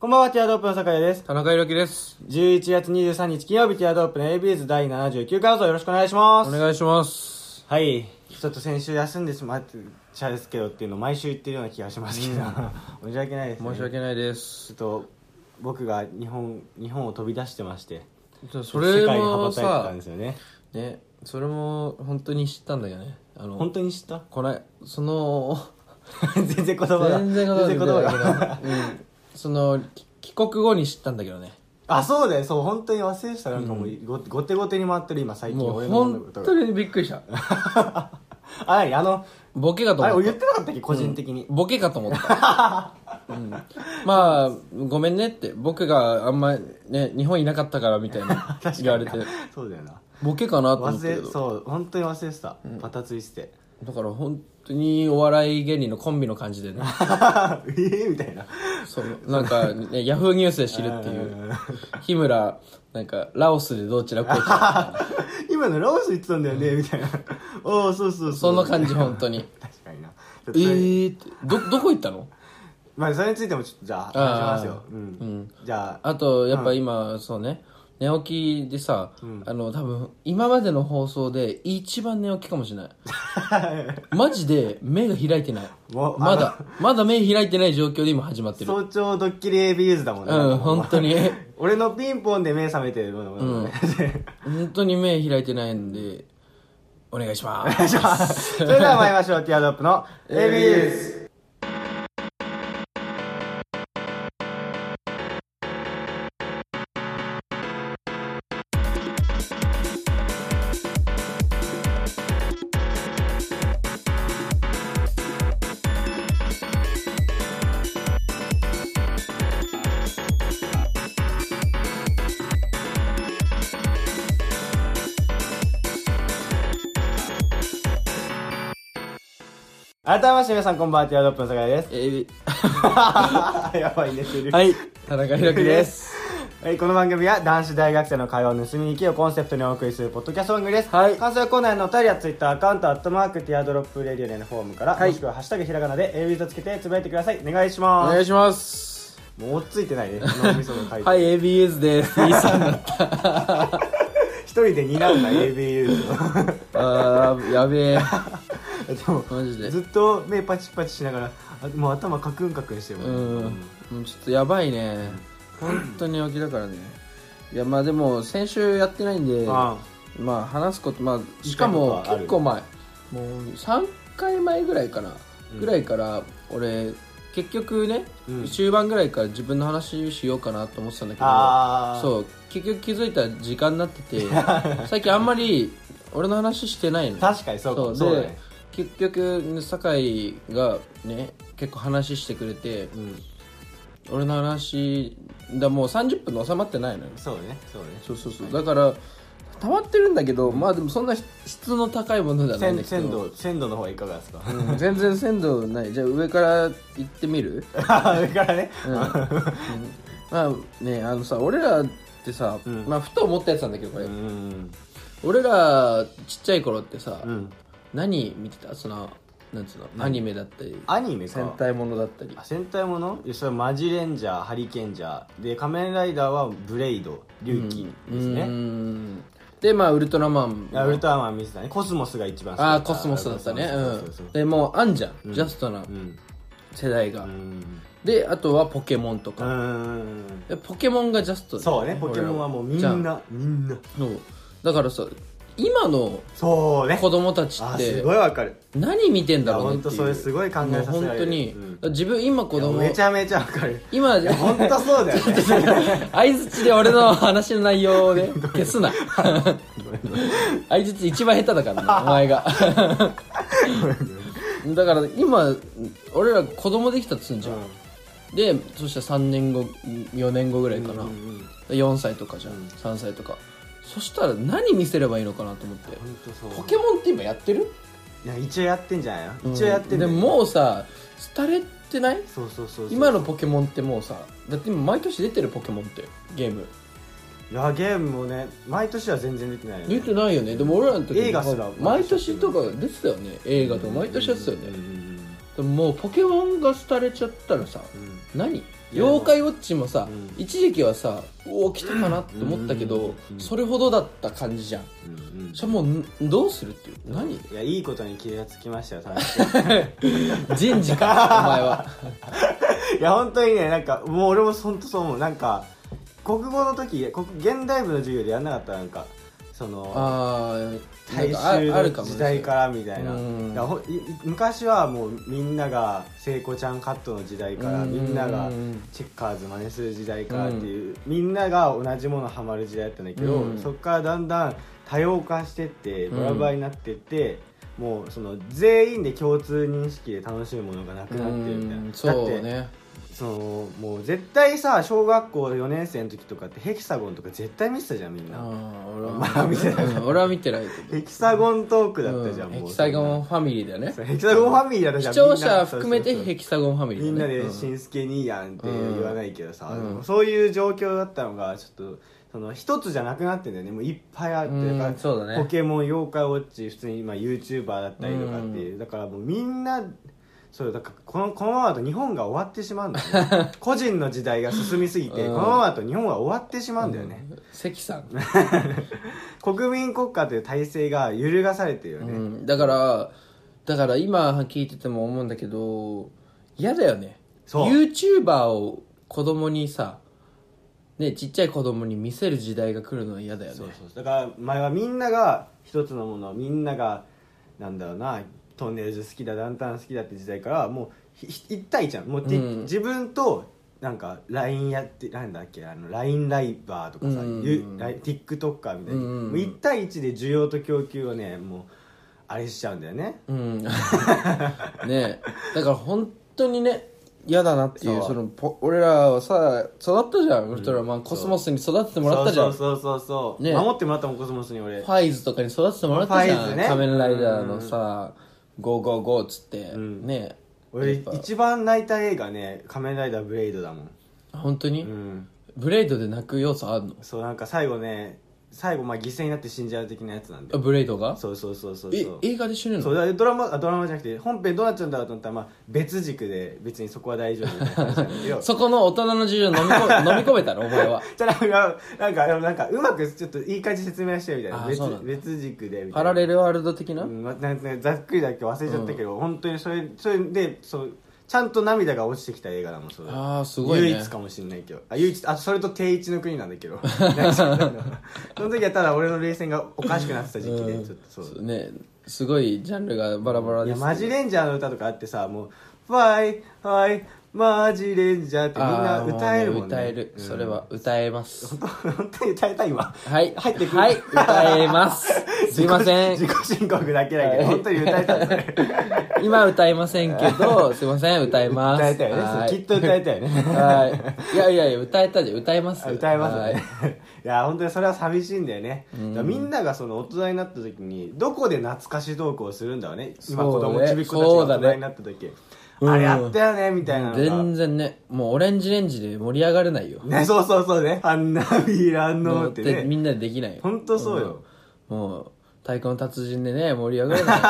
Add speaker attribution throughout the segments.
Speaker 1: こんばんは、ティアドロップの酒井です。
Speaker 2: 田中裕樹です。
Speaker 1: 11月23日金曜日、ティアドロップの ABS 第79回放送よろしくお願いしま
Speaker 2: お
Speaker 1: す。
Speaker 2: 願いします。
Speaker 1: はい。ちょっと先週休んでしまっちゃうんですけどっていうのを毎週言ってるような気がしますけど、 申し訳ないです、ね。
Speaker 2: 申し訳ないで
Speaker 1: ちょ
Speaker 2: す
Speaker 1: っ。と、僕が日本、日本を飛び出してまして、
Speaker 2: それ
Speaker 1: 世界に羽
Speaker 2: も
Speaker 1: ばたいてた
Speaker 2: さ
Speaker 1: んで、すよね。
Speaker 2: ね、それも本当に知ったんだけどね。あの
Speaker 1: 本、当に知った
Speaker 2: これ、その、
Speaker 1: 全然言葉が。
Speaker 2: 全然言葉
Speaker 1: 全然言葉が
Speaker 2: が出ないけど、うんその、き帰国後に知ったんだけどね。
Speaker 1: あ、そうだよ。そう、本当に忘れてた。なんかもう、ごごてごてに回ってる、今、最近。
Speaker 2: もう
Speaker 1: 俺の物
Speaker 2: 本
Speaker 1: 事が
Speaker 2: 当にびっくりした。
Speaker 1: あ、何あの、
Speaker 2: ボケかと
Speaker 1: あれ、
Speaker 2: 思っ
Speaker 1: 俺言。
Speaker 2: た
Speaker 1: ってなかったっけ個人的に。
Speaker 2: ボケかと思った、うん、まあごめんねって僕があんまね日本いなかったからみた いな言われて
Speaker 1: そうだよな。
Speaker 2: ボケかなと思
Speaker 1: 忘
Speaker 2: ったけ
Speaker 1: れ、
Speaker 2: ど
Speaker 1: そう、本当に忘れてた。バタついてて。
Speaker 2: だから本当にお笑い芸人のコンビの感 じでね
Speaker 1: ええみたいな。
Speaker 2: そうなんか、ね、ヤフーニュースで知るって いう日村なんかラオスでどちらこうちら
Speaker 1: 今のラオス言ってたんだよね、みたいな。おおそうそう そう。
Speaker 2: そんな感じ本 当に
Speaker 1: 確かにな。ち
Speaker 2: え
Speaker 1: ょっとね
Speaker 2: ーってどどこ行ったの
Speaker 1: まあ、それについても、ちょっと、じゃあ、
Speaker 2: あー
Speaker 1: 話しますよ。うん。じゃあ、
Speaker 2: あとやっぱ今、そうね寝起きでさ、あの多分今までの放送で一番寝起きかもしれない マジで目が開いてない
Speaker 1: もう
Speaker 2: まだまだ目開いてない状況で今始まってる
Speaker 1: 早朝ドッキリ AB ユーズだもんね。
Speaker 2: うん本当に
Speaker 1: 俺のピンポンで目覚めてるものね。
Speaker 2: 本当に目開いてないんでお願いし ま
Speaker 1: お願い
Speaker 2: す
Speaker 1: します。それでは参りましょう。ティアドロップ の AB ユーズ。改めまして皆さんこんばんは。ティアドロップの酒井です。
Speaker 2: えー
Speaker 1: やばい、寝てる。
Speaker 2: はい田中裕樹です
Speaker 1: はい、この番組は男子大学生の会話を盗みに行きをコンセプトにお送りするポッドキャスト番組です。
Speaker 2: はい
Speaker 1: 感想やコーナーへのお便りはツイッターアカウント、アットマーク、ティアドロップレディオでのフォームから、
Speaker 2: はい
Speaker 1: もしくはハッシュタグひらがなで AB とつけてつぶやいてください。お願いし
Speaker 2: お
Speaker 1: ま
Speaker 2: 願いします
Speaker 1: す。もう落ち着いてないね、脳みその回答。
Speaker 2: はい ABS ですいいさんだった
Speaker 1: 一人で担うんだ、ABU の。
Speaker 2: あーやべえ
Speaker 1: でも、
Speaker 2: マジで
Speaker 1: ずっと目パチパチしながら、あもう頭カクンカクンしてるも
Speaker 2: うん
Speaker 1: ね。
Speaker 2: ん、もうちょっとやばいね本当に起きだからねいやまあでも先週やってないんで
Speaker 1: あ
Speaker 2: まあ話すことまあしかも
Speaker 1: 言いたいことはある
Speaker 2: 結構前もう3回前ぐらいかな、ぐらいから俺結局ね、
Speaker 1: うん
Speaker 2: 終盤ぐらいから自分の話しようかなと思ってたんだけど
Speaker 1: あー
Speaker 2: そう結局気づいたら時間になっ てて最近あんまり俺の話してないのよ
Speaker 1: 確かにそうかも。
Speaker 2: で
Speaker 1: そうだね。
Speaker 2: 結局ね酒井がね結構話してくれて
Speaker 1: うん。
Speaker 2: 俺の話だもう30分で収まってないのよ
Speaker 1: そうね、そうね。
Speaker 2: そうそうそうだから溜まってるんだけどまあでもそんな質の高いものじゃないんだ
Speaker 1: 鮮
Speaker 2: け
Speaker 1: 鮮
Speaker 2: ど
Speaker 1: 度、鮮度の方はいかがですか
Speaker 2: うん全然鮮度ないじゃあ上から行ってみる
Speaker 1: 上からね。
Speaker 2: まあねあのさ俺らってさ、
Speaker 1: ん
Speaker 2: まあふと思ったやつなんだけどこれ、
Speaker 1: うん。
Speaker 2: 俺らちっちゃい頃ってさ、
Speaker 1: うん。
Speaker 2: 何見てたそのなんつうのアニメだったり
Speaker 1: アニメ
Speaker 2: 戦
Speaker 1: か
Speaker 2: 隊ものだったり
Speaker 1: あ戦隊ものいやそれマジレンジャーハリケンジャーで仮面ライダーはブレイド龍騎です
Speaker 2: うー
Speaker 1: ね、
Speaker 2: んでまあウルトラマン
Speaker 1: あウルトラマン見てたねコスモスが一番好き
Speaker 2: ああコスモスだったね
Speaker 1: そううそうそうん
Speaker 2: でもうあんじゃん、ジャスト
Speaker 1: う
Speaker 2: な
Speaker 1: ん
Speaker 2: 世代が、
Speaker 1: うん
Speaker 2: であとはポケモンと
Speaker 1: う
Speaker 2: か、
Speaker 1: ん
Speaker 2: でポケモンがジャストだよ
Speaker 1: そうねポケモンはもうみん
Speaker 2: じゃ
Speaker 1: なみんな
Speaker 2: そうだからさ今の
Speaker 1: そうね
Speaker 2: 子供たち
Speaker 1: あ
Speaker 2: っ
Speaker 1: ーす
Speaker 2: て
Speaker 1: ごいわかる
Speaker 2: 何見てんだろうねってい
Speaker 1: いうやほんとそれすごい考えさせられる
Speaker 2: もう
Speaker 1: うん
Speaker 2: 本当に自分今子供
Speaker 1: めちゃめちゃわかる
Speaker 2: 今
Speaker 1: いや本当そう だよね
Speaker 2: 相づちで俺の話の内容 をね消すな相づち一番下手だから なお前がだから今俺ら子供できたっつうんじゃん、でそしたら3年後4年後ぐらいかな、
Speaker 1: うん
Speaker 2: 4歳とかじゃん、3歳とかそしたら何見せればいいのかなと思って
Speaker 1: 本当そう
Speaker 2: ポケモンって今やってる
Speaker 1: いや一応やってんじゃないの一応やってんだ
Speaker 2: で
Speaker 1: よ
Speaker 2: ももうさ廃れてない
Speaker 1: そうそうそうそう
Speaker 2: 今のポケモンってもうさだって今毎年出てるポケモンってゲーム
Speaker 1: いやゲームもね毎年は全然出てないよね
Speaker 2: 出てないよねでも俺らの時
Speaker 1: 映画すら
Speaker 2: 毎年とか出てたよね映画とか毎年やってたよ
Speaker 1: うんう
Speaker 2: ね
Speaker 1: ん
Speaker 2: でももうポケモンが廃れちゃったらさ
Speaker 1: うんうん
Speaker 2: 何
Speaker 1: いや
Speaker 2: 妖怪ウォッチもさ、
Speaker 1: うん
Speaker 2: 一時期はさおお来たかなって思ったけど、
Speaker 1: うん
Speaker 2: それほどだった感じじゃん
Speaker 1: うんうん
Speaker 2: じゃあもうんどうするっていう何
Speaker 1: いやいいことに気がつきましたよ楽し
Speaker 2: 人 事かお前はい
Speaker 1: いや本当にねなんかもう俺も本当そう思うなんか国語の時国現代部の授業でやんなかったなんかその
Speaker 2: ああ
Speaker 1: 大衆の時代からみたいな
Speaker 2: うん
Speaker 1: だからほんいい昔はもうみんなが聖子ちゃんカットの時代からみんながチェッカーズ真似する時代からっていう、みんなが同じものハマる時代だったんだけど、
Speaker 2: うん
Speaker 1: そこからだんだん多様化してって
Speaker 2: うん
Speaker 1: バラバラになってって、もうその全員で共通認識で楽しむものがなくなってるみたいな、
Speaker 2: そう
Speaker 1: だって
Speaker 2: ね
Speaker 1: そのもう絶対さ小学校4年生の時とかってヘキサゴンとか絶対見てたじゃんみんな、
Speaker 2: ああ俺
Speaker 1: まあ見てなかった
Speaker 2: うん俺は見てないけ
Speaker 1: ヘキサゴントーク だったじゃ
Speaker 2: ど
Speaker 1: ん、
Speaker 2: う
Speaker 1: も
Speaker 2: んヘ
Speaker 1: う
Speaker 2: キサゴンファミリーだよね
Speaker 1: そうヘキサゴンファミリーだったじゃ
Speaker 2: 視
Speaker 1: ん
Speaker 2: 聴者含めて
Speaker 1: みんなそうそうそう
Speaker 2: ヘキサゴンファミリー
Speaker 1: みんな
Speaker 2: だね
Speaker 1: で「しんすけにいいやん」って言わないけどさ、
Speaker 2: うん
Speaker 1: でもそういう状況だったのがちょっとその一つじゃなくなってんだよねもういっぱいあって
Speaker 2: うん
Speaker 1: だから
Speaker 2: そうだね
Speaker 1: ポケモン妖怪ウォッチ普通に今 YouTuber だったりとかっていう、だからもうみんなそうだからこのこのままだと日本が終わってしまうんだよ ね個人の時代が進みすぎて、
Speaker 2: うん
Speaker 1: このままだと日本は終わってしまうんだよね、
Speaker 2: うん関さ ん
Speaker 1: 国民国家という体制が揺るがされてるよね、
Speaker 2: うん、だからだから今聞いてても思うんだけど嫌だよね
Speaker 1: そう
Speaker 2: YouTuber を子供にさねちっちゃい子供に見せる時代が来るのは嫌だよね
Speaker 1: そうそうそうだから前はみんなが一つのものみんながなんだろうなトンネルズ好きだダウンタウン好きだって時代からもうひひ一対じゃんもうて、
Speaker 2: うん
Speaker 1: 自分となんか LINE やってなんだっけあの LINE ライバーとかさ、
Speaker 2: うん
Speaker 1: ゆライ TikToker みたいに、
Speaker 2: うん
Speaker 1: もう1対1で需要と供給をねもうあれしちゃうんだよね
Speaker 2: うん ねえだから本当にね嫌だなっていう
Speaker 1: そう
Speaker 2: そのポ俺らはさ育ったじゃんウルトラマン、コスモスに育ててもらったじゃん
Speaker 1: そうそうそうそう、
Speaker 2: ね
Speaker 1: 守ってもらったもんコスモスに俺
Speaker 2: ファイズとかに育ててもらったじ
Speaker 1: ファイ
Speaker 2: ゃん、
Speaker 1: ズね
Speaker 2: 仮面ライダーのさ「ゴーゴーゴー」っつって、
Speaker 1: ん
Speaker 2: ね
Speaker 1: 俺
Speaker 2: やっぱ
Speaker 1: 一番泣いた映画ね「仮面ライダーブレイド」だもん
Speaker 2: 本当に、
Speaker 1: うん
Speaker 2: ブレイドで泣く要素あるの
Speaker 1: そうなんか最後ね最後まあ犠牲になって死んじゃう的なやつなんで
Speaker 2: あブレイドが
Speaker 1: そうそうそうそう
Speaker 2: え
Speaker 1: そう
Speaker 2: 映画で死ぬ
Speaker 1: そう
Speaker 2: の
Speaker 1: だからドラマあドラマじゃなくて本編どうなっちゃうんだろうと思ったら、まあ、別軸で別にそこは大丈夫みたいな話なんだけど
Speaker 2: そこの大人の事 情飲み込飲み込めたのお前は
Speaker 1: じゃあなんかなんかなんかうまくちょっといい感じ説明してみたいな
Speaker 2: あ
Speaker 1: 別
Speaker 2: そうなんだ
Speaker 1: 別軸でみたいな
Speaker 2: パラレルワールド的な、
Speaker 1: うんまなんかざっくりだけ忘れちゃったけど、本当にそれそれでそうちゃんと涙が落ちてきた映画だもんそれ
Speaker 2: ああすごいね
Speaker 1: 唯一かもしれないけどあ唯一あそれと定一の国なんだ けどなんかその時はただ俺の冷戦がおかしくなってた時期で、
Speaker 2: うん
Speaker 1: ちょっとそう
Speaker 2: そうねすごいジャンルがバラバラ
Speaker 1: い
Speaker 2: で
Speaker 1: や
Speaker 2: す
Speaker 1: マジレンジャーの歌とかあってさもう「ファイファイマジレンジャー」ってみん
Speaker 2: あ
Speaker 1: な
Speaker 2: ー
Speaker 1: 歌えるもんね
Speaker 2: 歌える、
Speaker 1: うん
Speaker 2: それは歌えます
Speaker 1: 本当に歌えた今
Speaker 2: は い
Speaker 1: 入ってくる
Speaker 2: はい歌えます すいませ
Speaker 1: 自
Speaker 2: ん
Speaker 1: 己自己申告だけだけど、
Speaker 2: はい
Speaker 1: 本当に歌えた んだね
Speaker 2: 今歌えませんけどすいません歌えます
Speaker 1: 歌えたよね
Speaker 2: はい
Speaker 1: きっと歌えたよね
Speaker 2: はいいやいやいや歌えたじゃん歌えます
Speaker 1: あ歌えます
Speaker 2: はい
Speaker 1: ね、 い、や本当にそれは寂しいんだよね、だからみんながその大人になった時にどこで懐かしトークをするんだろうね今
Speaker 2: そ
Speaker 1: 子
Speaker 2: う
Speaker 1: 供
Speaker 2: ね
Speaker 1: ちびっ子
Speaker 2: そう
Speaker 1: た
Speaker 2: だ
Speaker 1: ちが大
Speaker 2: ね
Speaker 1: 人になった時、あれやったよねみたいなのが、
Speaker 2: 全然ねもうオレンジレンジで盛り上がれないよ
Speaker 1: ね、そうそうそうね花びらのって
Speaker 2: で
Speaker 1: ね
Speaker 2: みんなでできないよ
Speaker 1: 本当そうよ、
Speaker 2: うんもう太鼓の達人でね盛り上がれないよ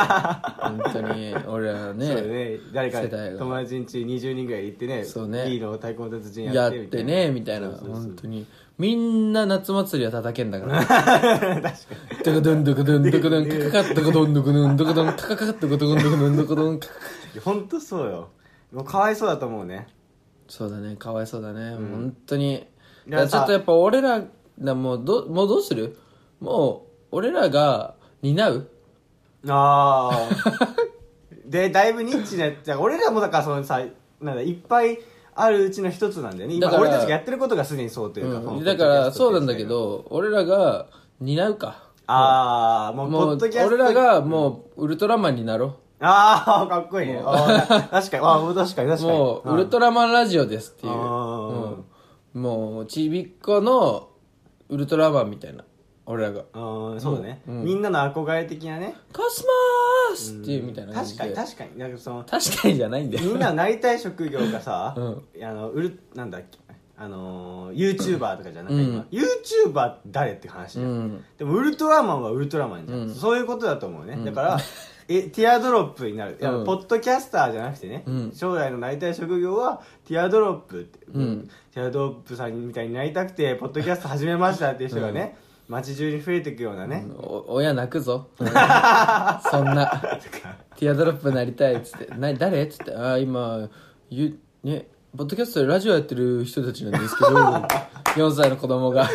Speaker 2: 本当に俺らね
Speaker 1: そうだね誰か
Speaker 2: 世代が
Speaker 1: 友達ん家20人ぐらい行ってね
Speaker 2: そうね
Speaker 1: いいの太鼓の達人や
Speaker 2: や
Speaker 1: っ
Speaker 2: って
Speaker 1: みた
Speaker 2: て
Speaker 1: いな
Speaker 2: ねみたいな
Speaker 1: そうそうそう
Speaker 2: 本当にみんな夏祭りは叩けんだから
Speaker 1: 確か
Speaker 2: ドコドンドコドンドコドンカカカッドコドンドコドンドコドンカカカッドコドンドコドンドコドンカカカ
Speaker 1: に本当そうよもうかわいそうだと思うね
Speaker 2: そうだねかわいそうだね、本当に
Speaker 1: いや
Speaker 2: だからち
Speaker 1: さ
Speaker 2: ょっとやっぱ俺らだもうどもうどうするもう俺らが担う
Speaker 1: ああ でだいぶニッチなじゃあ俺らもだからそのさなんだいっぱいあるうちの一つなんだよね
Speaker 2: だ
Speaker 1: 今
Speaker 2: から
Speaker 1: 俺たちがやってることがすでにそうというか、こ
Speaker 2: う
Speaker 1: の
Speaker 2: ん、だから
Speaker 1: ポッ
Speaker 2: そう
Speaker 1: ドキャストってい
Speaker 2: なんだけど俺らが担うか
Speaker 1: ああもうポ
Speaker 2: も
Speaker 1: ッ
Speaker 2: う
Speaker 1: ドキャスト
Speaker 2: 俺らがもうウルトラマンになろ
Speaker 1: ああかっこいいねあー確かにあー確かに
Speaker 2: う
Speaker 1: 確かに
Speaker 2: もうウ
Speaker 1: ん
Speaker 2: ルトラマンラジオですっていう、
Speaker 1: あー
Speaker 2: うんもうちびっこのウルトラマンみたいな俺らが
Speaker 1: あーそうだね、みんなの憧れ的なね
Speaker 2: 「コスモース!」っていうみたいな感
Speaker 1: 確
Speaker 2: じ
Speaker 1: か
Speaker 2: で
Speaker 1: に確かになんかその
Speaker 2: 確かにじゃないんだ
Speaker 1: み
Speaker 2: よ
Speaker 1: んななりたい職業がさ、
Speaker 2: う
Speaker 1: あのうるなんだっけあのー、YouTuber とかじゃなくて、
Speaker 2: うん
Speaker 1: 今 YouTuber って誰って話じゃん、
Speaker 2: うん
Speaker 1: でもウルトラマンはウルトラマンじゃん、そういうことだと思うね、だからえティアドロップになる、いや
Speaker 2: うん
Speaker 1: ポッドキャスターじゃなくてね、
Speaker 2: うん
Speaker 1: 将来のなりたい職業はティアドロップって、
Speaker 2: うん
Speaker 1: ティアドロップさんみたいになりたくてポッドキャスト始めましたっていう人がね、街中に増えていくようなね、
Speaker 2: お親泣くぞうんそんなティアドロップなりたいっつってな誰っつってああ今ゆねポッドキャストでラジオやってる人たちなんですけど4歳の子供が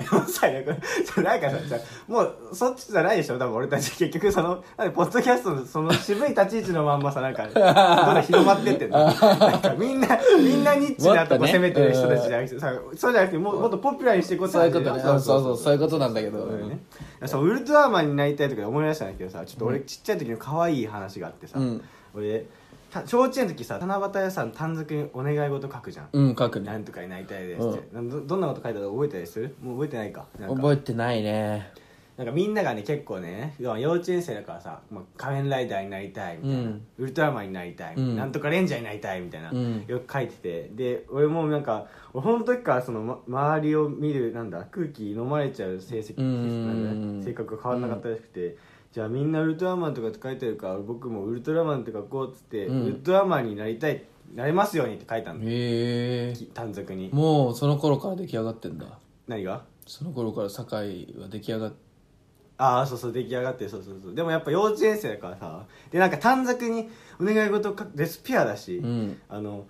Speaker 1: 4歳だからなんかさじゃあもうそっちじゃないでしょ多分俺たち結局そのなんでポッドキャストのその渋い立ち位置のまんまさなんかどんどん広まってってんのなんかみんなみんなニッチなとこ攻めてる人たちじゃなくてさそうじゃなくてもうもっとポピュラーにしていこうって
Speaker 2: そうい
Speaker 1: 感
Speaker 2: う
Speaker 1: じ
Speaker 2: こ
Speaker 1: でし
Speaker 2: と
Speaker 1: ょ
Speaker 2: ねそうそうそうそういうことなんだけど、
Speaker 1: そうだよねそうウルトラマンになりたいとか思い出したんだけどさちょっと俺ちっちゃい時の可愛い話があってさ、
Speaker 2: うん
Speaker 1: 俺た幼稚園の時さ七夕屋さん短冊にお願い事書くじゃん、
Speaker 2: うん書く
Speaker 1: な
Speaker 2: ね
Speaker 1: んとかになりたいですって、どどんなこと書いたか覚えてたりするもう覚えてないかなんか
Speaker 2: 覚えてないね
Speaker 1: なんかみんながね結構ね要は幼稚園生だからさ、まあ、仮面ライダーになりたいみたいな、
Speaker 2: うん
Speaker 1: ウルトラマンになりたい、
Speaker 2: うん
Speaker 1: なんとかレンジャーになりたいみたいな、
Speaker 2: うん
Speaker 1: よく書いててで俺もなんか俺その時からその、ま、周りを見るなんだ空気飲まれちゃう成績
Speaker 2: うん
Speaker 1: なんだ性格が変わらなかったらしくて、じゃあみんなウルトラマンとかって書いてるから僕もウルトラマンとかこうっつって、
Speaker 2: うん
Speaker 1: ウルトラマンになりたいなれますようにって書いたんだよ
Speaker 2: へえ
Speaker 1: き短冊に
Speaker 2: もうその頃から出来上がってんだ
Speaker 1: 何が
Speaker 2: その頃から堺は出来上がって
Speaker 1: ああそうそう出来上がってそうそうそうでもやっぱ幼稚園生だからさでなんか短冊にお願い事書くレスピアだし、
Speaker 2: うん
Speaker 1: あの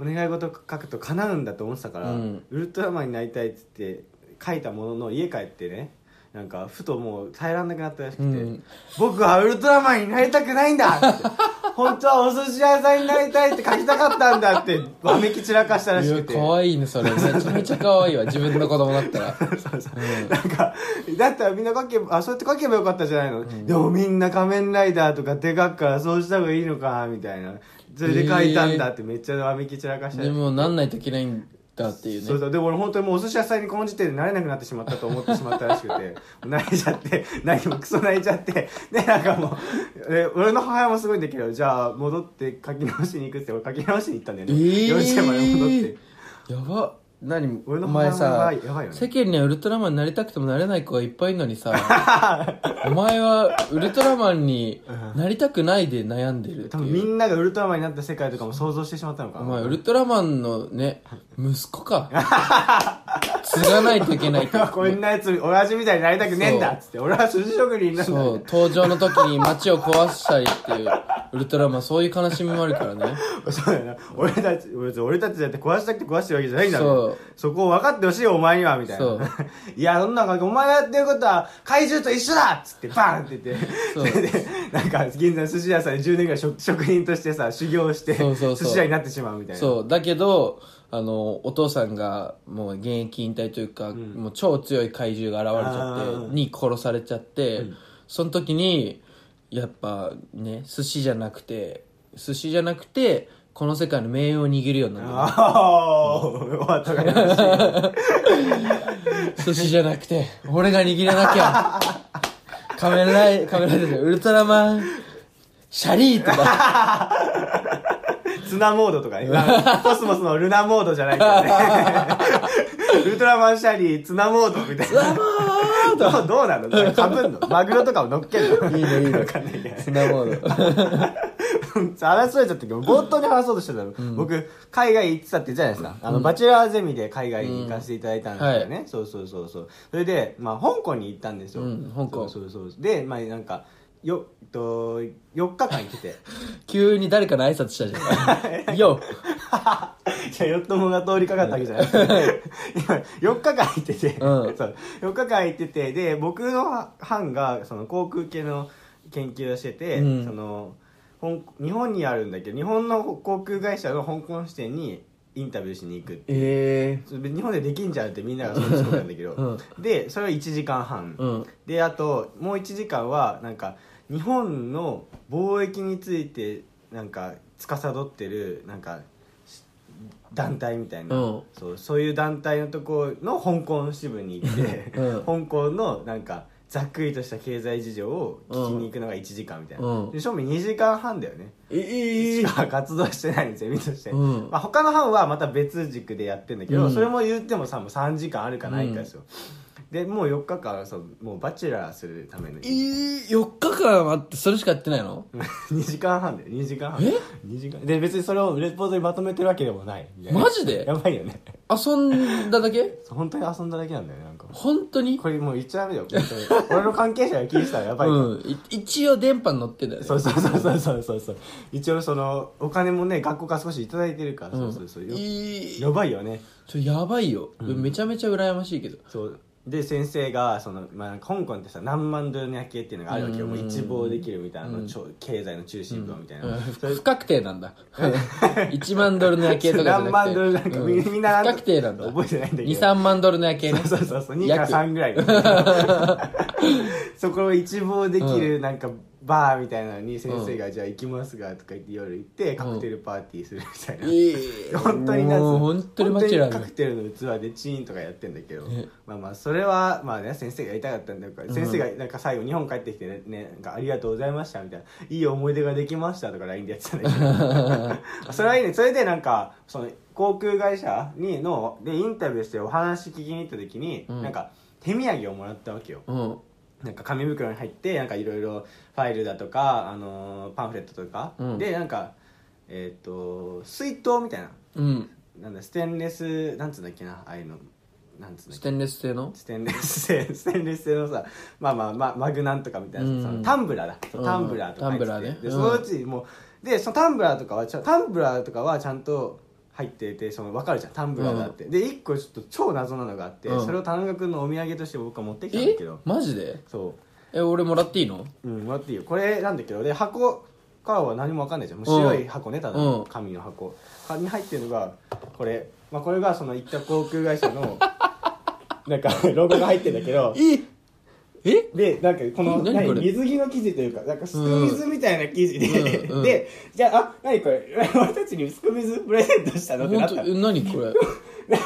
Speaker 1: お願い事書くと叶うんだと思ってたから、
Speaker 2: うん
Speaker 1: ウルトラマンになりたいっつって書いたものの家帰ってねなんかふともう耐えられなくなったらしくて、
Speaker 2: うん
Speaker 1: 僕はウルトラマンになりたくないんだって 本当はお寿司屋さんになりたいって書きたかったんだってわめき散らかしたら
Speaker 2: い
Speaker 1: し
Speaker 2: や
Speaker 1: くて
Speaker 2: 可愛いねそれめちゃめちゃ可愛いわ自分の子供だったら
Speaker 1: そうそうなんかだったらみんな書けばあそうやって書けばよかったじゃないの、でもみんな仮面ライダーとかでかっからそうした方がいいのかなみたいなそれで書いたんだってめっちゃわめき散らかした
Speaker 2: でもなんないといけないんだっていうね
Speaker 1: そうそうでも俺本当にもうお寿司屋さんにこの時点で慣れなくなってしまったと思ってしまったらしくて泣いちゃって泣いもクソ泣いちゃってでなんかもうで俺の母親もすごいんだけどじゃあ戻って書き直しに行くっつって俺書き直しに行ったんだよね、
Speaker 2: え
Speaker 1: 幼稚園まで戻って
Speaker 2: えー、やば何
Speaker 1: 俺の
Speaker 2: お
Speaker 1: 母親
Speaker 2: 前
Speaker 1: も
Speaker 2: さ
Speaker 1: やばいよね
Speaker 2: 世間にはウルトラマンになりたくてもなれない子がいっぱいいるのに さお前はウルトラマンになりたくないで悩んでるって
Speaker 1: 多分
Speaker 2: い
Speaker 1: み
Speaker 2: うん
Speaker 1: ながウルトラマンになった世界とかも想像してしまったのか
Speaker 2: お
Speaker 1: な
Speaker 2: 前ウルトラマンのね息子か継がないといけないって
Speaker 1: こんなやつ親父みたいになりたくねえんだ
Speaker 2: そう
Speaker 1: っつって俺は寿司職人なんだ
Speaker 2: そう登場の時に街を壊したりっていうウルトラマンそういう悲しみもあるからね
Speaker 1: そうだよな俺たち俺たち俺たちだって壊したくて壊してるわけじゃないんだ
Speaker 2: そう
Speaker 1: そこを分かってほしいよお前にはみたい
Speaker 2: そ
Speaker 1: な
Speaker 2: う
Speaker 1: いやそんなのお前がやってることは怪獣と一緒だっつってバーンって言って
Speaker 2: そう
Speaker 1: そ れでなんか銀座の寿司屋さんで10年ぐらい職職人としてさ修行して
Speaker 2: そうそうそう
Speaker 1: 寿司屋になってしまうみたい な
Speaker 2: そうだけどあのお父さんがもう現役引退というか、もう超強い怪獣が現れちゃっ
Speaker 1: あ
Speaker 2: てに殺されちゃって、その時にやっぱね寿司じゃなくて寿司じゃなくてこの世界の命運を握るようになっ
Speaker 1: あーお後がよろしい
Speaker 2: た寿司じゃなくて俺が握らなきゃ 仮面ライ仮面ライダーじゃないウルトラマンシャリー とか
Speaker 1: ツナモードとかね。 コスモスのルナモードじゃないけ どね。ウルトラマンシャリー、ツナモードみたいな。どうどうなのかぶんのマグロとかも乗っけるの
Speaker 2: いいねいいね
Speaker 1: わかんないけど
Speaker 2: スナモード
Speaker 1: 話されちゃったけど、冒頭に話そうとしてたの。僕、海外行ってたって言ったじゃないですか。あの、バチェラーゼミで海外に行かせていただいたんですよね。そうそうそうそう。それで、まあ、香港に行ったんですよ。
Speaker 2: うん香港
Speaker 1: そうそうそう。で、まあ、なんか、よ、えっと、4日間来て。
Speaker 2: 急に誰かの挨拶したじゃん よ
Speaker 1: いや、よっともが通りかかったわけじゃない。 今、4日間行ってて、
Speaker 2: うん
Speaker 1: そう、4日間行ってて、で、僕の班が、その、航空系の研究をしてて、
Speaker 2: うん
Speaker 1: その、香日本にあるんだけど、日本の航空会社の香港支店にインタビューしに行く。
Speaker 2: え
Speaker 1: それ日本でできんじゃんってみんながそう思ったんだけど、で、それは1時間半。
Speaker 2: えうん
Speaker 1: であともう1時間はなんか日本の貿易についてなんか司ってるなんかし団体みたいな、
Speaker 2: うん
Speaker 1: そうそういう団体のところの香港支部に行って、
Speaker 2: う
Speaker 1: 香港のなんかざっくりとした経済事情を聞きに行くのが1時間みたいな、
Speaker 2: うん
Speaker 1: で正味2時間半だよね
Speaker 2: え
Speaker 1: しか活動してないゼミとして、
Speaker 2: うん
Speaker 1: まあ、他の班はまた別軸でやってんだけど、
Speaker 2: うん
Speaker 1: それも言ってもさもう3時間あるかないかですよ、でもう4日間そうもうバチェラーするための
Speaker 2: えー、4日間待ってそれしかやってないの
Speaker 1: 2時間半だよ2時間半
Speaker 2: え
Speaker 1: 2時間で別にそれをレポートにまとめてるわけでもないみたいな
Speaker 2: マジで
Speaker 1: やばいよね
Speaker 2: 遊んだだけ
Speaker 1: 本当に遊んだだけなんだよねなんか
Speaker 2: 本当に
Speaker 1: これもう言っちゃダメだよ本当に俺の関係者が聞いてたらやばい、
Speaker 2: うんい一応電波に乗ってんだよね
Speaker 1: そうそうそうそうそうそうそう一応そのお金もね学校から少しいただいてるから、そうそうそう
Speaker 2: え
Speaker 1: よ
Speaker 2: ー
Speaker 1: やばいよね
Speaker 2: それやばいよ、めちゃめちゃ羨ましいけど
Speaker 1: そうで先生がその、まあ、なんか香港ってさ何万ドルの夜景っていうのがあるわけよ、もう一望できるみたいな、の超経済の中心部はみたいな、
Speaker 2: うん
Speaker 1: それ
Speaker 2: 不確定なんだ 1万ドルの夜景とかじゃなく
Speaker 1: 何
Speaker 2: て
Speaker 1: 万ドルなんかみんなみんななん
Speaker 2: 不
Speaker 1: か
Speaker 2: 確定なんだ
Speaker 1: 覚えてないんだけど
Speaker 2: 23万ドルの夜景ね
Speaker 1: そうそうそう2か
Speaker 2: 約
Speaker 1: 3ぐらいそこを一望できるなんかバーみたいなのに先生が「じゃあ行きますが」とか言って夜行ってカクテルパーティーするみたいな、
Speaker 2: ええ
Speaker 1: 本当になんつう
Speaker 2: も
Speaker 1: の
Speaker 2: う本当にマチェラ
Speaker 1: 本
Speaker 2: ー
Speaker 1: 当に
Speaker 2: だ
Speaker 1: カクテルの器でチーンとかやってんだけど、まあまあそれはまあね先生が痛かったんだから先生がなんか最後日本帰ってきてねねなんかありがとうございましたみたいないい思い出ができましたとか LINE でやってたんだけ どそれはいいねそれでなんかその航空会社にのでインタビューしてお話聞きに行った時に、なんか手土産をもらったわけよ
Speaker 2: うん
Speaker 1: なんか紙袋に入ってなんかいろいろファイルだとか、あのーパンフレットとか、
Speaker 2: うん
Speaker 1: でなんかえっ、と水筒みたいな
Speaker 2: うん
Speaker 1: なんだステンレスなんつうんだっけなああいうのなんつうんだっ
Speaker 2: ス
Speaker 1: け
Speaker 2: テンレス製の
Speaker 1: ステンレス製 ステンレス製のさまあまあ、まあ、マグなんとかみたいな、
Speaker 2: うん
Speaker 1: そのタンブラーだそう
Speaker 2: うん
Speaker 1: タンブラーとか入ってて
Speaker 2: タンブラーね
Speaker 1: で
Speaker 2: うん
Speaker 1: そのうちもうでそのタンブラーとかはちゃタンブラーとかはちゃんと入っててその分かるじゃんタンブラーだって、で1個ちょっと超謎なのがあって、
Speaker 2: うん
Speaker 1: それを田中君のお土産として僕は持ってきたんだ
Speaker 2: え
Speaker 1: けど
Speaker 2: マジで
Speaker 1: そ
Speaker 2: え俺もらっていいの
Speaker 1: ううんもらっていいよこれなんだけどで箱からは何も分かんないじゃんもう白い箱ねただ
Speaker 2: う
Speaker 1: の
Speaker 2: ん
Speaker 1: 紙の箱紙に入ってるのがこれ、まあ、これがその行った航空会社 のなんかロゴが入ってるんだけど
Speaker 2: ええ
Speaker 1: でなんかこの
Speaker 2: 何
Speaker 1: 何
Speaker 2: これ
Speaker 1: 水着の生地というかなんかすく水みたいな生地で、
Speaker 2: うんうん
Speaker 1: でじゃああ何これ 俺たちにすく水プレゼントしたのってな
Speaker 2: 本
Speaker 1: った
Speaker 2: 当
Speaker 1: の
Speaker 2: え何これ
Speaker 1: なっ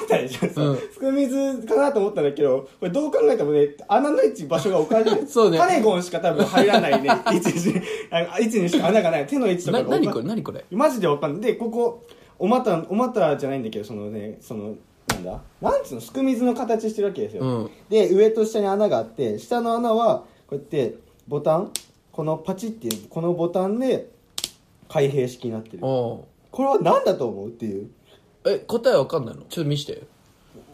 Speaker 1: たでしょ、そう
Speaker 2: うん
Speaker 1: すく水かなと思ったんだけどこれどう考えてもね穴の位置場所がおかしい
Speaker 2: そうね
Speaker 1: パネゴンしか多分入ら ないね位置にあの位置にしか穴がない手の位置とか
Speaker 2: な
Speaker 1: がおか
Speaker 2: 何これ何これ
Speaker 1: マジでわかんないでここお股お股じゃないんだけどそのねそのなんだなんつうのすく水の形してるわけですよ、
Speaker 2: うん
Speaker 1: で上と下に穴があって下の穴はこうやってボタンこのパチっていうこのボタンで開閉式になってる
Speaker 2: お
Speaker 1: これは何だと思うっていう
Speaker 2: え答えわかんないのちょっと見して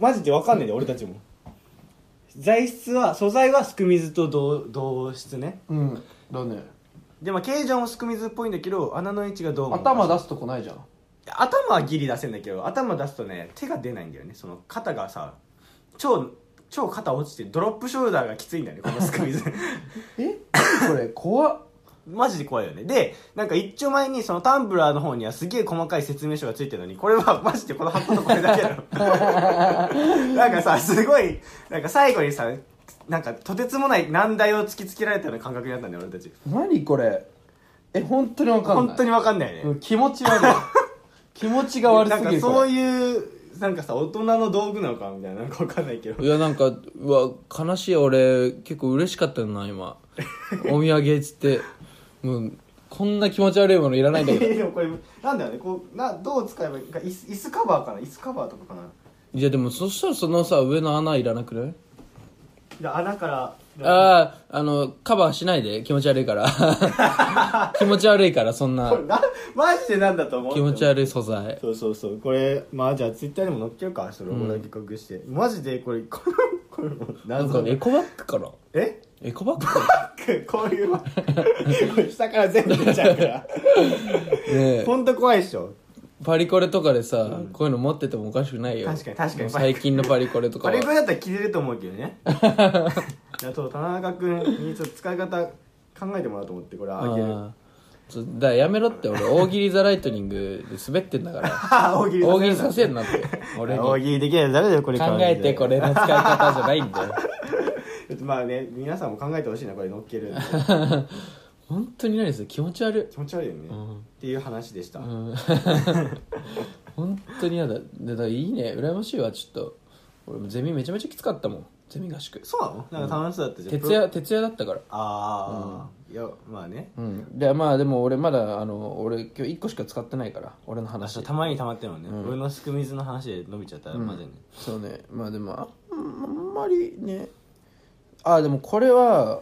Speaker 1: マジでわかんないで俺たちも材質は素材はすく水と同同質ね
Speaker 2: うんだね
Speaker 1: でも形状もすく水っぽいんだけど穴の位置がどうも
Speaker 2: 出すとこないじゃん
Speaker 1: 頭はギリ出せんだけど頭出すとね手が出ないんだよねその肩がさ超超肩落ちてドロップショルダーがきついんだよねこのスクイズ
Speaker 2: えこれ怖っ
Speaker 1: マジで怖いよねでなんか一丁前にそのタンブラーの方にはすげえ細かい説明書がついてるのにこれはマジでこの箱のこれだけだろ なんかさすごいなんか最後にさなんかとてつもない難題を突きつけられたような感覚になったんだよ俺たち
Speaker 2: 何これえ本当にわかんない
Speaker 1: 本当にわかんないよね、
Speaker 2: うん気持ち 悪い気持ちが悪すぎ
Speaker 1: な
Speaker 2: る
Speaker 1: んか
Speaker 2: こ
Speaker 1: そう
Speaker 2: れ
Speaker 1: いうなんかさ大人の道具なのかみたいななんかわかんないけど
Speaker 2: いやなんかうわ悲しい俺結構嬉しかったよな今お土産っつってもうこんな気持ち悪いものいらないんだけど
Speaker 1: えでもこれなんだよねこうなどう使えばいいか椅子椅子カバーかな椅子カバーとかかない
Speaker 2: やでもそしたらそのさ上の穴いらなくない
Speaker 1: で穴から
Speaker 2: あああのカバーしないで気持ち悪いから 気持ち悪いからそんな
Speaker 1: これな マジでなんだと思う
Speaker 2: 気持ち悪い素材
Speaker 1: そうそうそうこれまあじゃあツイッターにも載っけようかそれこれだけ隠して、マジでこれこれこれもう
Speaker 2: なん
Speaker 1: 謎
Speaker 2: かエコバッグかな
Speaker 1: え
Speaker 2: エコ バッグか
Speaker 1: バッグこういうバッグこれ下から全部出ちゃう から
Speaker 2: なねえ
Speaker 1: ほんと怖いでしょ
Speaker 2: パリコレとかでさ、こういうの持っててもおかしくないよ
Speaker 1: 確かに確かに
Speaker 2: もう最近のパリコレとか
Speaker 1: パ
Speaker 2: は
Speaker 1: リコレだったら着れると思うけど ねじゃあそう田中君にちょっと使い方考えてもらおうと思ってこれあげる
Speaker 2: あーちょだからやめろって俺大喜利ザライトニングで滑ってんだから
Speaker 1: 大喜利
Speaker 2: 大喜利
Speaker 1: さ
Speaker 2: さ
Speaker 1: せ
Speaker 2: せ
Speaker 1: る
Speaker 2: ん
Speaker 1: な
Speaker 2: なって俺に
Speaker 1: 大
Speaker 2: 考
Speaker 1: 喜利できないとダメだよこれ
Speaker 2: えてこれの使い方じゃないんだよ
Speaker 1: ちょっとまあね皆さんも考えてほしいなこれ乗っけるんで
Speaker 2: 本当に何です気持ち悪い
Speaker 1: 気持ち悪いよね、っていう話でした、
Speaker 2: うん本当に嫌だでだからいいね羨ましいわちょっと俺もゼミめちゃめちゃきつかったもんゼミ合宿
Speaker 1: そうなのなんか楽しそうだったじゃん
Speaker 2: 徹夜徹夜だったから
Speaker 1: ああ、いやまあね
Speaker 2: うんでまあでも俺まだあの俺今日1個しか使ってないから俺の話
Speaker 1: そうたまに溜まってるもんね、俺の仕組み図の話で伸びちゃったらマジでね、
Speaker 2: そうねまあでもああんまりねあでもこれは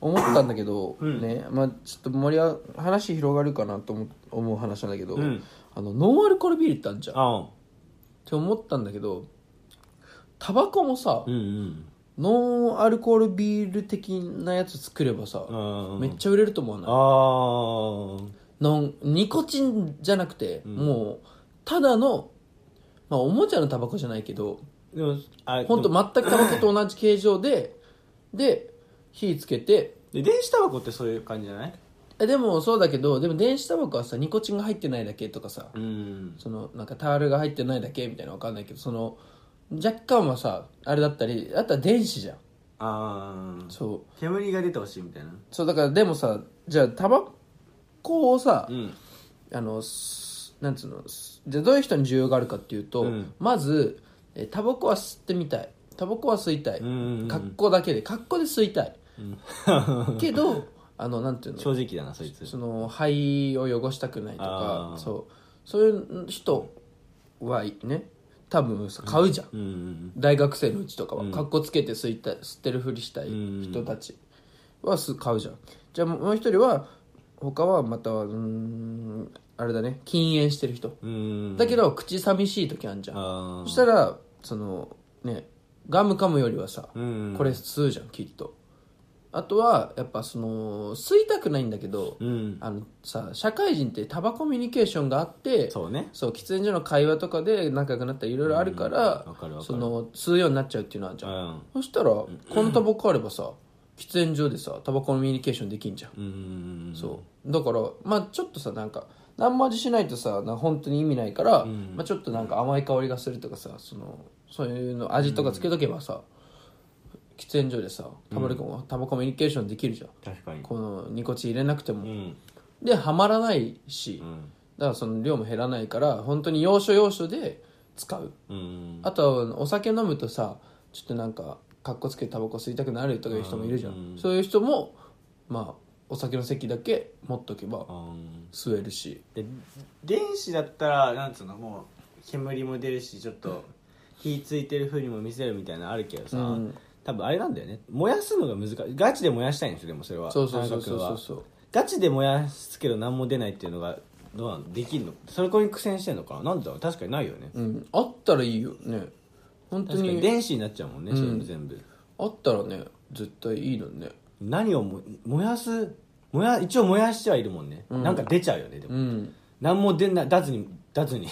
Speaker 2: 思ったんだけど、ねまあちょっと盛りあ話広がるかなと思う思う話なんだけど、
Speaker 1: ん
Speaker 2: あのノンアルコールビールってあるじゃんっ
Speaker 1: ああ
Speaker 2: て思ったんだけどタバコもさ、
Speaker 1: うんうん
Speaker 2: ノンアルコールビール的なやつ作ればさ、
Speaker 1: うん
Speaker 2: めっちゃ売れると思うな、
Speaker 1: ああ
Speaker 2: ノンニコチンじゃなくて、もうただの、まあ、おもちゃのタバコじゃないけど
Speaker 1: でもあ
Speaker 2: 本当
Speaker 1: でも
Speaker 2: 全くタバコと同じ形状でで火つけて
Speaker 1: で電子タバコってそういう感じじゃない
Speaker 2: えでもそうだけどでも電子タバコはさニコチンが入ってないだけとかさ
Speaker 1: うん
Speaker 2: そのなんかタールが入ってないだけみたいなの分かんないけどその若干はさあれだったりあとは電子じゃん
Speaker 1: ああ
Speaker 2: そう
Speaker 1: 煙が出てほしいみたいな
Speaker 2: そうだからでもさじゃあタバコをさ、
Speaker 1: うん
Speaker 2: あのすなんつうのすじゃあどういう人に需要があるかっていうと、
Speaker 1: うん
Speaker 2: まずえタバコは吸ってみたいタバコは吸いたい、
Speaker 1: んうんうん
Speaker 2: 格好だけで格好で吸いたい、 けどあのなんていうの
Speaker 1: 正直だなそいつ
Speaker 2: その肺を汚したくないとか
Speaker 1: あー
Speaker 2: そうそういう人はいね多分さ買うじゃん、
Speaker 1: うんうん
Speaker 2: 大学生のうちとかは、かっこつけて吸いたい吸ってるふりしたい人たちはす買うじゃんじゃあもう一人は他はまたはうーんあれだね禁煙してる人、
Speaker 1: うん
Speaker 2: だけど口寂しい時あんじゃん
Speaker 1: あ
Speaker 2: そしたらそのねガム噛むよりはさ、
Speaker 1: うん
Speaker 2: これ吸うじゃんきっとあとはやっぱその吸いたくないんだけど、
Speaker 1: うん
Speaker 2: あのさ社会人ってタバコミュニケーションがあって
Speaker 1: そうね
Speaker 2: そう喫煙所の会話とかで仲良くなったりいろいろあるから,、
Speaker 1: うんわかるわかる
Speaker 2: その吸うようになっちゃうっていうのはあるじ
Speaker 1: う
Speaker 2: ゃん、
Speaker 1: ん
Speaker 2: そしたら、このタバコあればさ喫煙所でさタバコのミュニケーションできんじゃん、
Speaker 1: うん
Speaker 2: そうだからまあちょっとさなんか何も味しないとさなんか本当に意味ないから、まあ、ちょっとなんか甘い香りがするとかさそのそういうの味とかつけとけばさ、喫煙所でさタバコ、タバコミュニケーションできるじゃん
Speaker 1: 確かに
Speaker 2: このニコチン入れなくても、
Speaker 1: うん
Speaker 2: ではまらないし、
Speaker 1: ん
Speaker 2: だからその量も減らないから本当に要所要所で使う
Speaker 1: うん
Speaker 2: あとはお酒飲むとさちょっとなんかかっこつけてタバコ吸いたくなるとかいう人もいるじゃん、そういう人もまあお酒の席だけ持っとけば
Speaker 1: うん
Speaker 2: 吸えるし
Speaker 1: で電子だったらなんつうのもう煙も出るしちょっと火ついてる風にも見せるみたいなのあるけどさ、
Speaker 2: うん
Speaker 1: 多分あれなんだよね燃やすのが難しいガチで燃やしたいんですよでもそれは
Speaker 2: そうそうそうそう
Speaker 1: 田中君
Speaker 2: そう
Speaker 1: は
Speaker 2: そう
Speaker 1: ガチで燃やすけど何も出ないっていうのがどうなのできんのそれこに苦戦してんのかななんだろう確かにないよね、
Speaker 2: うんあったらいいよね本当
Speaker 1: 確かに
Speaker 2: に
Speaker 1: 電子になっちゃうもんね、それも全部
Speaker 2: あったらね絶対いいのね
Speaker 1: 何をも燃やす燃や一応燃やしてはいるもんね、なんか出ちゃうよねでも、
Speaker 2: うん
Speaker 1: 何も出な出ずに出ずに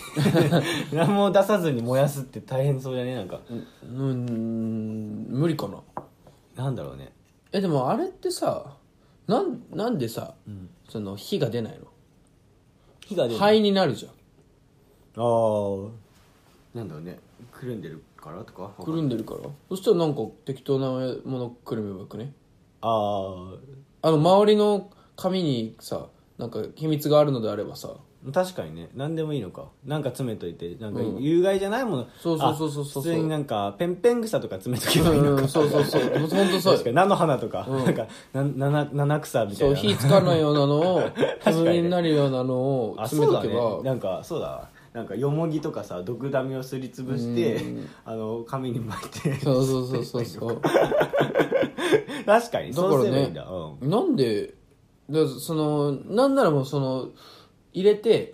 Speaker 1: 何も出さずに燃やすって大変そうじゃねなんか、
Speaker 2: うん無理かな
Speaker 1: なんだろうね
Speaker 2: えでもあれってさなんなんでさ、その火が出ない
Speaker 1: 火が出
Speaker 2: の
Speaker 1: る、
Speaker 2: 灰になるじゃん
Speaker 1: ああなんだろうねくるんでるからとか
Speaker 2: くるんでるからそしたらなんか適当なものくるめばよくね
Speaker 1: ああ
Speaker 2: あの周りの紙にさなんか秘密があるのであればさ
Speaker 1: 確かにね何でもいいのかなんか詰めといてなんか有害じゃないもの、
Speaker 2: そうそうそうそうそう
Speaker 1: あ普通になんかペンペン草とか詰めとけばいいの
Speaker 2: う
Speaker 1: か、
Speaker 2: んそうそうそう本当そ
Speaker 1: 確
Speaker 2: うよ
Speaker 1: かに菜の花とか、なんかなな七草みたい
Speaker 2: そう
Speaker 1: な
Speaker 2: 火つかないようなのを
Speaker 1: かにね
Speaker 2: 煙になるようなのを
Speaker 1: あ
Speaker 2: 詰
Speaker 1: そ
Speaker 2: め
Speaker 1: う
Speaker 2: と
Speaker 1: だ
Speaker 2: け
Speaker 1: ね
Speaker 2: ば
Speaker 1: なんかそうだわなんかよもぎとかさ毒ダミをすりつぶしてあの紙に巻いて
Speaker 2: そうそうそうそうそう
Speaker 1: 確かに
Speaker 2: だ
Speaker 1: そ
Speaker 2: か
Speaker 1: う
Speaker 2: ら
Speaker 1: すればいいん
Speaker 2: ね
Speaker 1: だ、うん、
Speaker 2: なんでだそのなんならもうその入れて、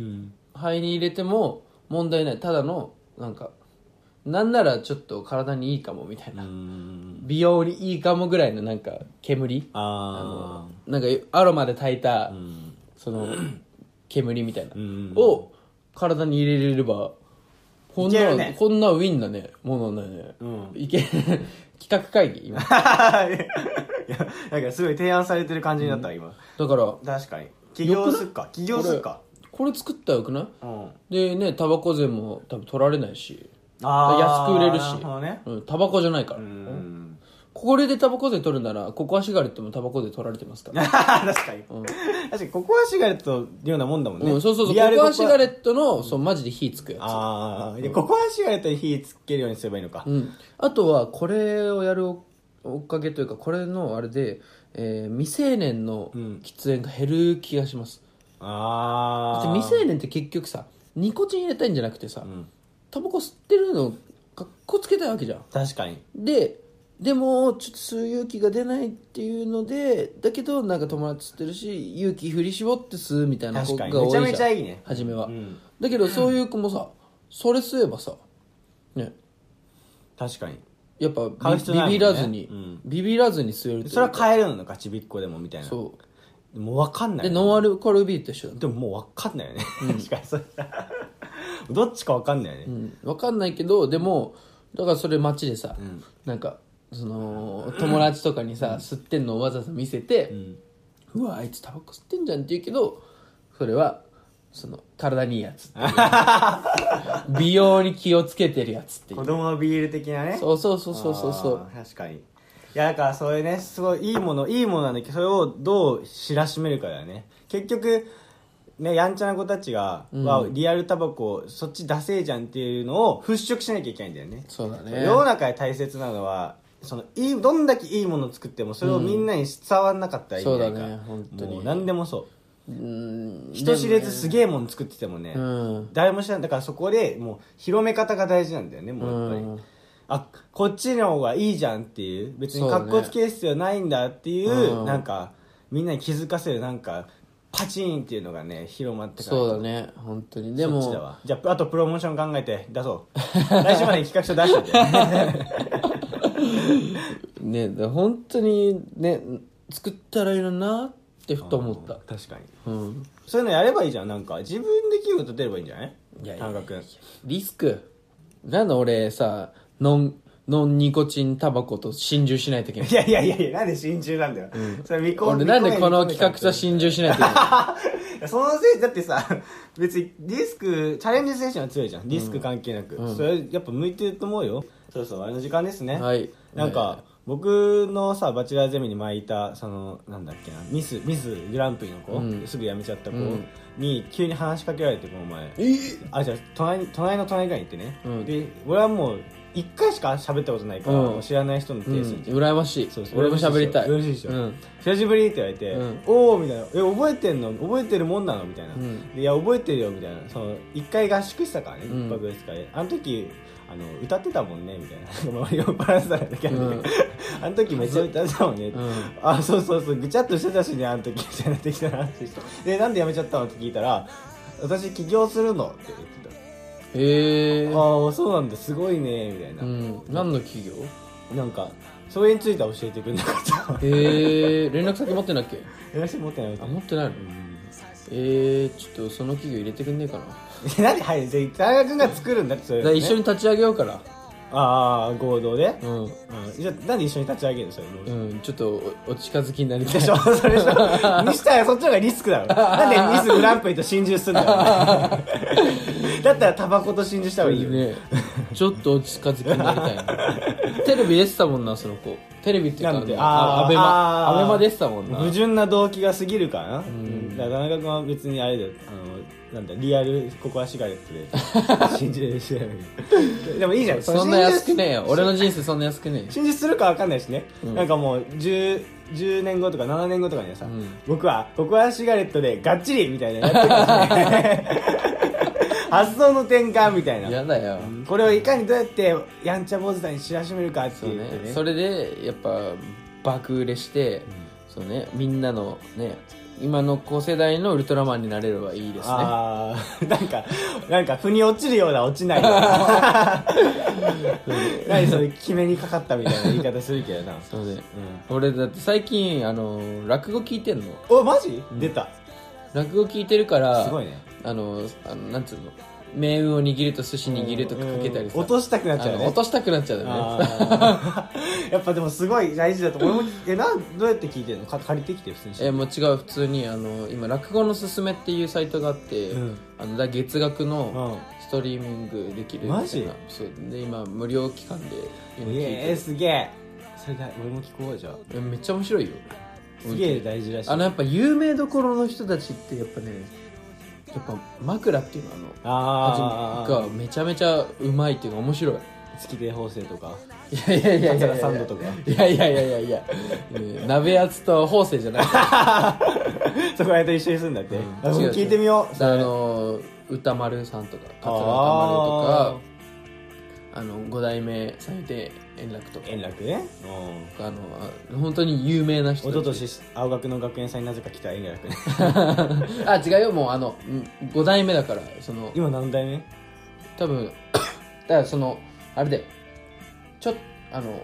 Speaker 2: 肺に入れても問題ないただのなんかなんならちょっと体にいいかもみたいな、美容にいいかもぐらいのなんか煙
Speaker 1: あ
Speaker 2: なんかアロマで炊いた、
Speaker 1: あうん
Speaker 2: その煙みたいな、
Speaker 1: ん
Speaker 2: を体に入れれればこん
Speaker 1: いけ
Speaker 2: な、
Speaker 1: るね
Speaker 2: こんなウィンなねものだね、いけ 企画会議今だか
Speaker 1: いやなんかすごい提案されてる感じになった今
Speaker 2: ら
Speaker 1: 確かに起業すっか起業すっか
Speaker 2: これ作ったらよくない
Speaker 1: うん
Speaker 2: でねタバコ税も多分取られないし
Speaker 1: あー
Speaker 2: 安く売れる
Speaker 1: な
Speaker 2: し
Speaker 1: るほどね
Speaker 2: うん、タバコじゃないから、
Speaker 1: うん
Speaker 2: ここれでタバコ税取るならココアシガレットもタバコ税取られてますか ら
Speaker 1: 確かに、確かにココアシガレットのようなもんだもんね、
Speaker 2: うん、そうそうそう
Speaker 1: リアル
Speaker 2: ココアシガレ
Speaker 1: ト
Speaker 2: ットのそうマジで火つくやつ
Speaker 1: ああ、でココアシガレットに火つけるようにすればいいのか、
Speaker 2: うん、あとはこれをやるおおかげというかこれのあれで、えー未成年の
Speaker 1: うん
Speaker 2: 喫煙が減る気がします、だって
Speaker 1: ああ
Speaker 2: 未成年って結局さニコチン入れたいんじゃなくてさ、
Speaker 1: ん
Speaker 2: タバコ吸ってるのかっこつけたいわけじゃん
Speaker 1: 確かに
Speaker 2: ででもちょっと吸う勇気が出ないっていうのでだけどなんか友達吸ってるし勇気振り絞って吸うみたいな子
Speaker 1: 確か
Speaker 2: が
Speaker 1: に
Speaker 2: 多いじゃん
Speaker 1: めちゃめちゃいいね
Speaker 2: 初めは、
Speaker 1: ん
Speaker 2: だけどそういう子もさそれ吸えばさね
Speaker 1: 確かに
Speaker 2: やっぱビ,、
Speaker 1: 買う必要ないもんね
Speaker 2: ビらずに、
Speaker 1: うん
Speaker 2: ビビらずに吸えるというか
Speaker 1: それは変えるのかちびっこでもみたいな
Speaker 2: そ
Speaker 1: もう分かん
Speaker 2: う
Speaker 1: ない
Speaker 2: で
Speaker 1: よね
Speaker 2: ノンアルコールビールと一緒だ、
Speaker 1: でももう分かんないよね、確かにそれどっちか分かんないよね、
Speaker 2: うん、分かんないけどでもだからそれ街でさ、なんかその友達とかにさ、吸ってんのをわざわざ見せて、うわあいつタバコ吸ってんじゃんって言うけどそれはその体にいいやつっていう 美容に気をつけてるやつっていう
Speaker 1: 子供のビール的なね
Speaker 2: そうそうそうそうそうそう
Speaker 1: あー確かにいやだからそういうねすごいいいものいいものなんだけどそれをどう知らしめるかだよね結局ねやんちゃな子たちが、わリアルタバコそっち出せえじゃんっていうのを払拭しなきゃいけないんだよね
Speaker 2: そうだね
Speaker 1: 世の中で大切なのはそのいいどんだけいいものを作ってもそれをみんなに伝わんなかったらいいんじゃないか、
Speaker 2: そうだね本当に
Speaker 1: もう何でもそう
Speaker 2: うん
Speaker 1: 人知れずすげえもの作っててもね、
Speaker 2: うん
Speaker 1: 誰も知らないだからそこでもう広め方が大事なんだよねもうやっぱり、
Speaker 2: うん
Speaker 1: あこっちの方がいいじゃんっていう別
Speaker 2: そ
Speaker 1: に
Speaker 2: うだね
Speaker 1: 格好つける必要ないんだっていう
Speaker 2: うん
Speaker 1: なんかみんなに気づかせるなんかパチンっていうのがね広まってから
Speaker 2: そうだね本当にで
Speaker 1: そっ
Speaker 2: も
Speaker 1: ちだわじゃああとプロモーション考えて出そう来週までに企画書出しといて
Speaker 2: ねだから本当にね作ったらいいのになってふと思った
Speaker 1: 確かに
Speaker 2: うん
Speaker 1: そういうのやればいいじゃんなんか自分で企業と出ればいいんじゃない
Speaker 2: いやいや
Speaker 1: 田中君
Speaker 2: リスクなんで俺さノンノンニコチンタバコと心中しない と いけない
Speaker 1: いやいやいやいやなんで心中なんだよ、それ見込
Speaker 2: 俺
Speaker 1: み
Speaker 2: なんでこの
Speaker 1: 見込み
Speaker 2: 企画と心中しないといけない
Speaker 1: いやそのせいだってさ 別にリスクチャレンジ精神は強いじゃんリスク関係なく、それやっぱ向いてると思うよそうそうあれの時間ですね
Speaker 2: はい
Speaker 1: なんか、僕のさバチェラーゼミに前いたそのなんだっけなミスミスグランプリの子、
Speaker 2: うん
Speaker 1: すぐ辞めちゃった子
Speaker 2: うん
Speaker 1: に急に話しかけられてこの前
Speaker 2: えー
Speaker 1: あじゃあ隣に隣の隣ぐらいに行ってね、
Speaker 2: うん
Speaker 1: で俺はもう一回しか喋ったことないから、
Speaker 2: うん
Speaker 1: 知らない人の手
Speaker 2: うん
Speaker 1: するじゃん、
Speaker 2: 羨ましい
Speaker 1: そうそう
Speaker 2: 俺も喋りたい
Speaker 1: 嬉しいでしょ
Speaker 2: うん
Speaker 1: 久しぶりって言われて「
Speaker 2: うん
Speaker 1: おお」みたいな「え覚えてんの覚えてるもんなの?」みたいな「
Speaker 2: うん
Speaker 1: でいや覚えてるよ」みたいなその一回合宿したからね
Speaker 2: うん
Speaker 1: 一泊ですから、あの時あの歌ってたもんねみたいな 周りをバランスだらけあるんだけど、 あの時めっちゃ歌ってたもんね、
Speaker 2: うん
Speaker 1: あそうそうそうぐちゃっとしてたしねあの時みたいな適当な話してでなんで辞めちゃったのって聞いたら「私起業するの」って言ってた
Speaker 2: へ
Speaker 1: 「
Speaker 2: え
Speaker 1: ああそうなんだすごいね」みたいな、
Speaker 2: うん何の企業
Speaker 1: なんかそれについては教えてくれなかった
Speaker 2: へえ連絡先持ってんだっけ
Speaker 1: 私持ってない
Speaker 2: あ持ってないの
Speaker 1: うん
Speaker 2: えー、ちょっとその企業入れてくんねえかな
Speaker 1: 何はいじゃあ田中君が作るんだってそれ
Speaker 2: だ
Speaker 1: を
Speaker 2: か
Speaker 1: ね、
Speaker 2: ら一緒に立ち上げようから
Speaker 1: ああ合同で、
Speaker 2: う
Speaker 1: う
Speaker 2: ん
Speaker 1: んじゃあなんで一緒に立ち上げるのそれもう
Speaker 2: うんちょっとおお近づきになりた
Speaker 1: で
Speaker 2: い
Speaker 1: しょそれでしょにしたらそっちの方がリスクだろなんでミスグランプリと心中すん だよだったらタバコと心中した方がいいよ、
Speaker 2: ねちょっとお近づきになり たいなテレビ出てたもんなその子テレビっていうか
Speaker 1: なんで
Speaker 2: あの
Speaker 1: あー
Speaker 2: アベマ
Speaker 1: あー
Speaker 2: アベマ出てたもんな
Speaker 1: 矛盾な動機が過ぎるかな、だから田中君は別にあれだよあのなんだリアルココアシガレット で心中してやるでもいいじゃん
Speaker 2: そんな安くねえよ
Speaker 1: 心中
Speaker 2: 俺の人生そんな安くねえよ
Speaker 1: 真実するかわかんないしね、なんかもう 10, 10年後とか7年後とかにはさ、
Speaker 2: ん
Speaker 1: 僕はココアシガレットでがっちりみたいなのやって るかもしれない発想の転換みたいな
Speaker 2: やだよ
Speaker 1: これをいかにどうやってやんちゃ坊主さんに知らしめるかって
Speaker 2: そう
Speaker 1: い
Speaker 2: ね
Speaker 1: うね
Speaker 2: それでやっぱ爆売れしてそうねみんなのね今の高世代のウルトラマンになれればいいですね
Speaker 1: ああなんかなんか腑に落ちるような落ちないよう な何それ決めにかかったみたいな言い方するけどな、うん、
Speaker 2: そうね俺だって最近あの落語聞いてんの
Speaker 1: おマジ、出た
Speaker 2: 落語聞いてるから
Speaker 1: すごいね
Speaker 2: あのあのなんつうの命運を握ると寿司握るとかけたりさ
Speaker 1: 落としたくなっちゃう
Speaker 2: あ
Speaker 1: ね
Speaker 2: の落としたくなっちゃうよね
Speaker 1: あー やっぱでもすごい大事だと思う俺もえなんどうやって聞いてるのか借りてきて普通に
Speaker 2: えもう違う普通にあの今落語のすすめっていうサイトがあって、
Speaker 1: うん
Speaker 2: あのだ月額の
Speaker 1: う
Speaker 2: ストリーミングできるみたいな
Speaker 1: マジ
Speaker 2: そうで今無料期間で今聞いてる
Speaker 1: えー、すげえそれだ俺も聞こうじゃあ
Speaker 2: いやめっちゃ面白いよ
Speaker 1: すげえ大事らしい
Speaker 2: あのやっぱ有名どころの人たちってやっぱねやっぱ枕っていうのあの
Speaker 1: あ
Speaker 2: がめちゃめちゃうまいっていうか面白い
Speaker 1: あ月亭法政とか
Speaker 2: いやいやいやいやいや
Speaker 1: 桂サンドとか
Speaker 2: いやいやいやいやいやね鍋やつと法政じゃない
Speaker 1: そこら辺と一緒にするんだって、あ
Speaker 2: 違う違う
Speaker 1: 聞いてみよう
Speaker 2: あの歌丸さんとか桂歌丸
Speaker 1: あ
Speaker 2: とかあの五代目三遊亭円楽とか
Speaker 1: 円楽ね
Speaker 2: あのあ本当に有名な人
Speaker 1: 一
Speaker 2: たち
Speaker 1: 昨年青学の学園祭になぜか来た円楽ね
Speaker 2: あ違うよもうあの5代目だからその
Speaker 1: 今何代目
Speaker 2: 多分だからそのあれだよちょっあの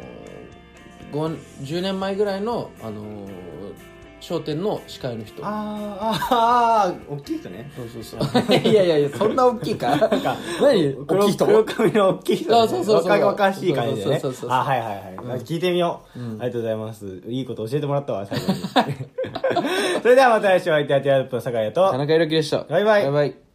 Speaker 2: ご10年前ぐらいのあの『笑点』の司会の人
Speaker 1: あーあー大きい人ね
Speaker 2: そうそうそう いやいやいやそんな大きいか
Speaker 1: なんか
Speaker 2: 何大
Speaker 1: 黒
Speaker 2: きい人
Speaker 1: 黒髪の大きい人、
Speaker 2: あそうそうそう
Speaker 1: 若々しい感じでね
Speaker 2: そうそうそうそう
Speaker 1: あはいはいはい、聞いてみよう、ありがとうございますいいこと教えてもらったわ 最後にそれではまた来週お会いいたいティアドロップの酒屋と
Speaker 2: 田中裕樹でした
Speaker 1: バイバイ
Speaker 2: バイバイ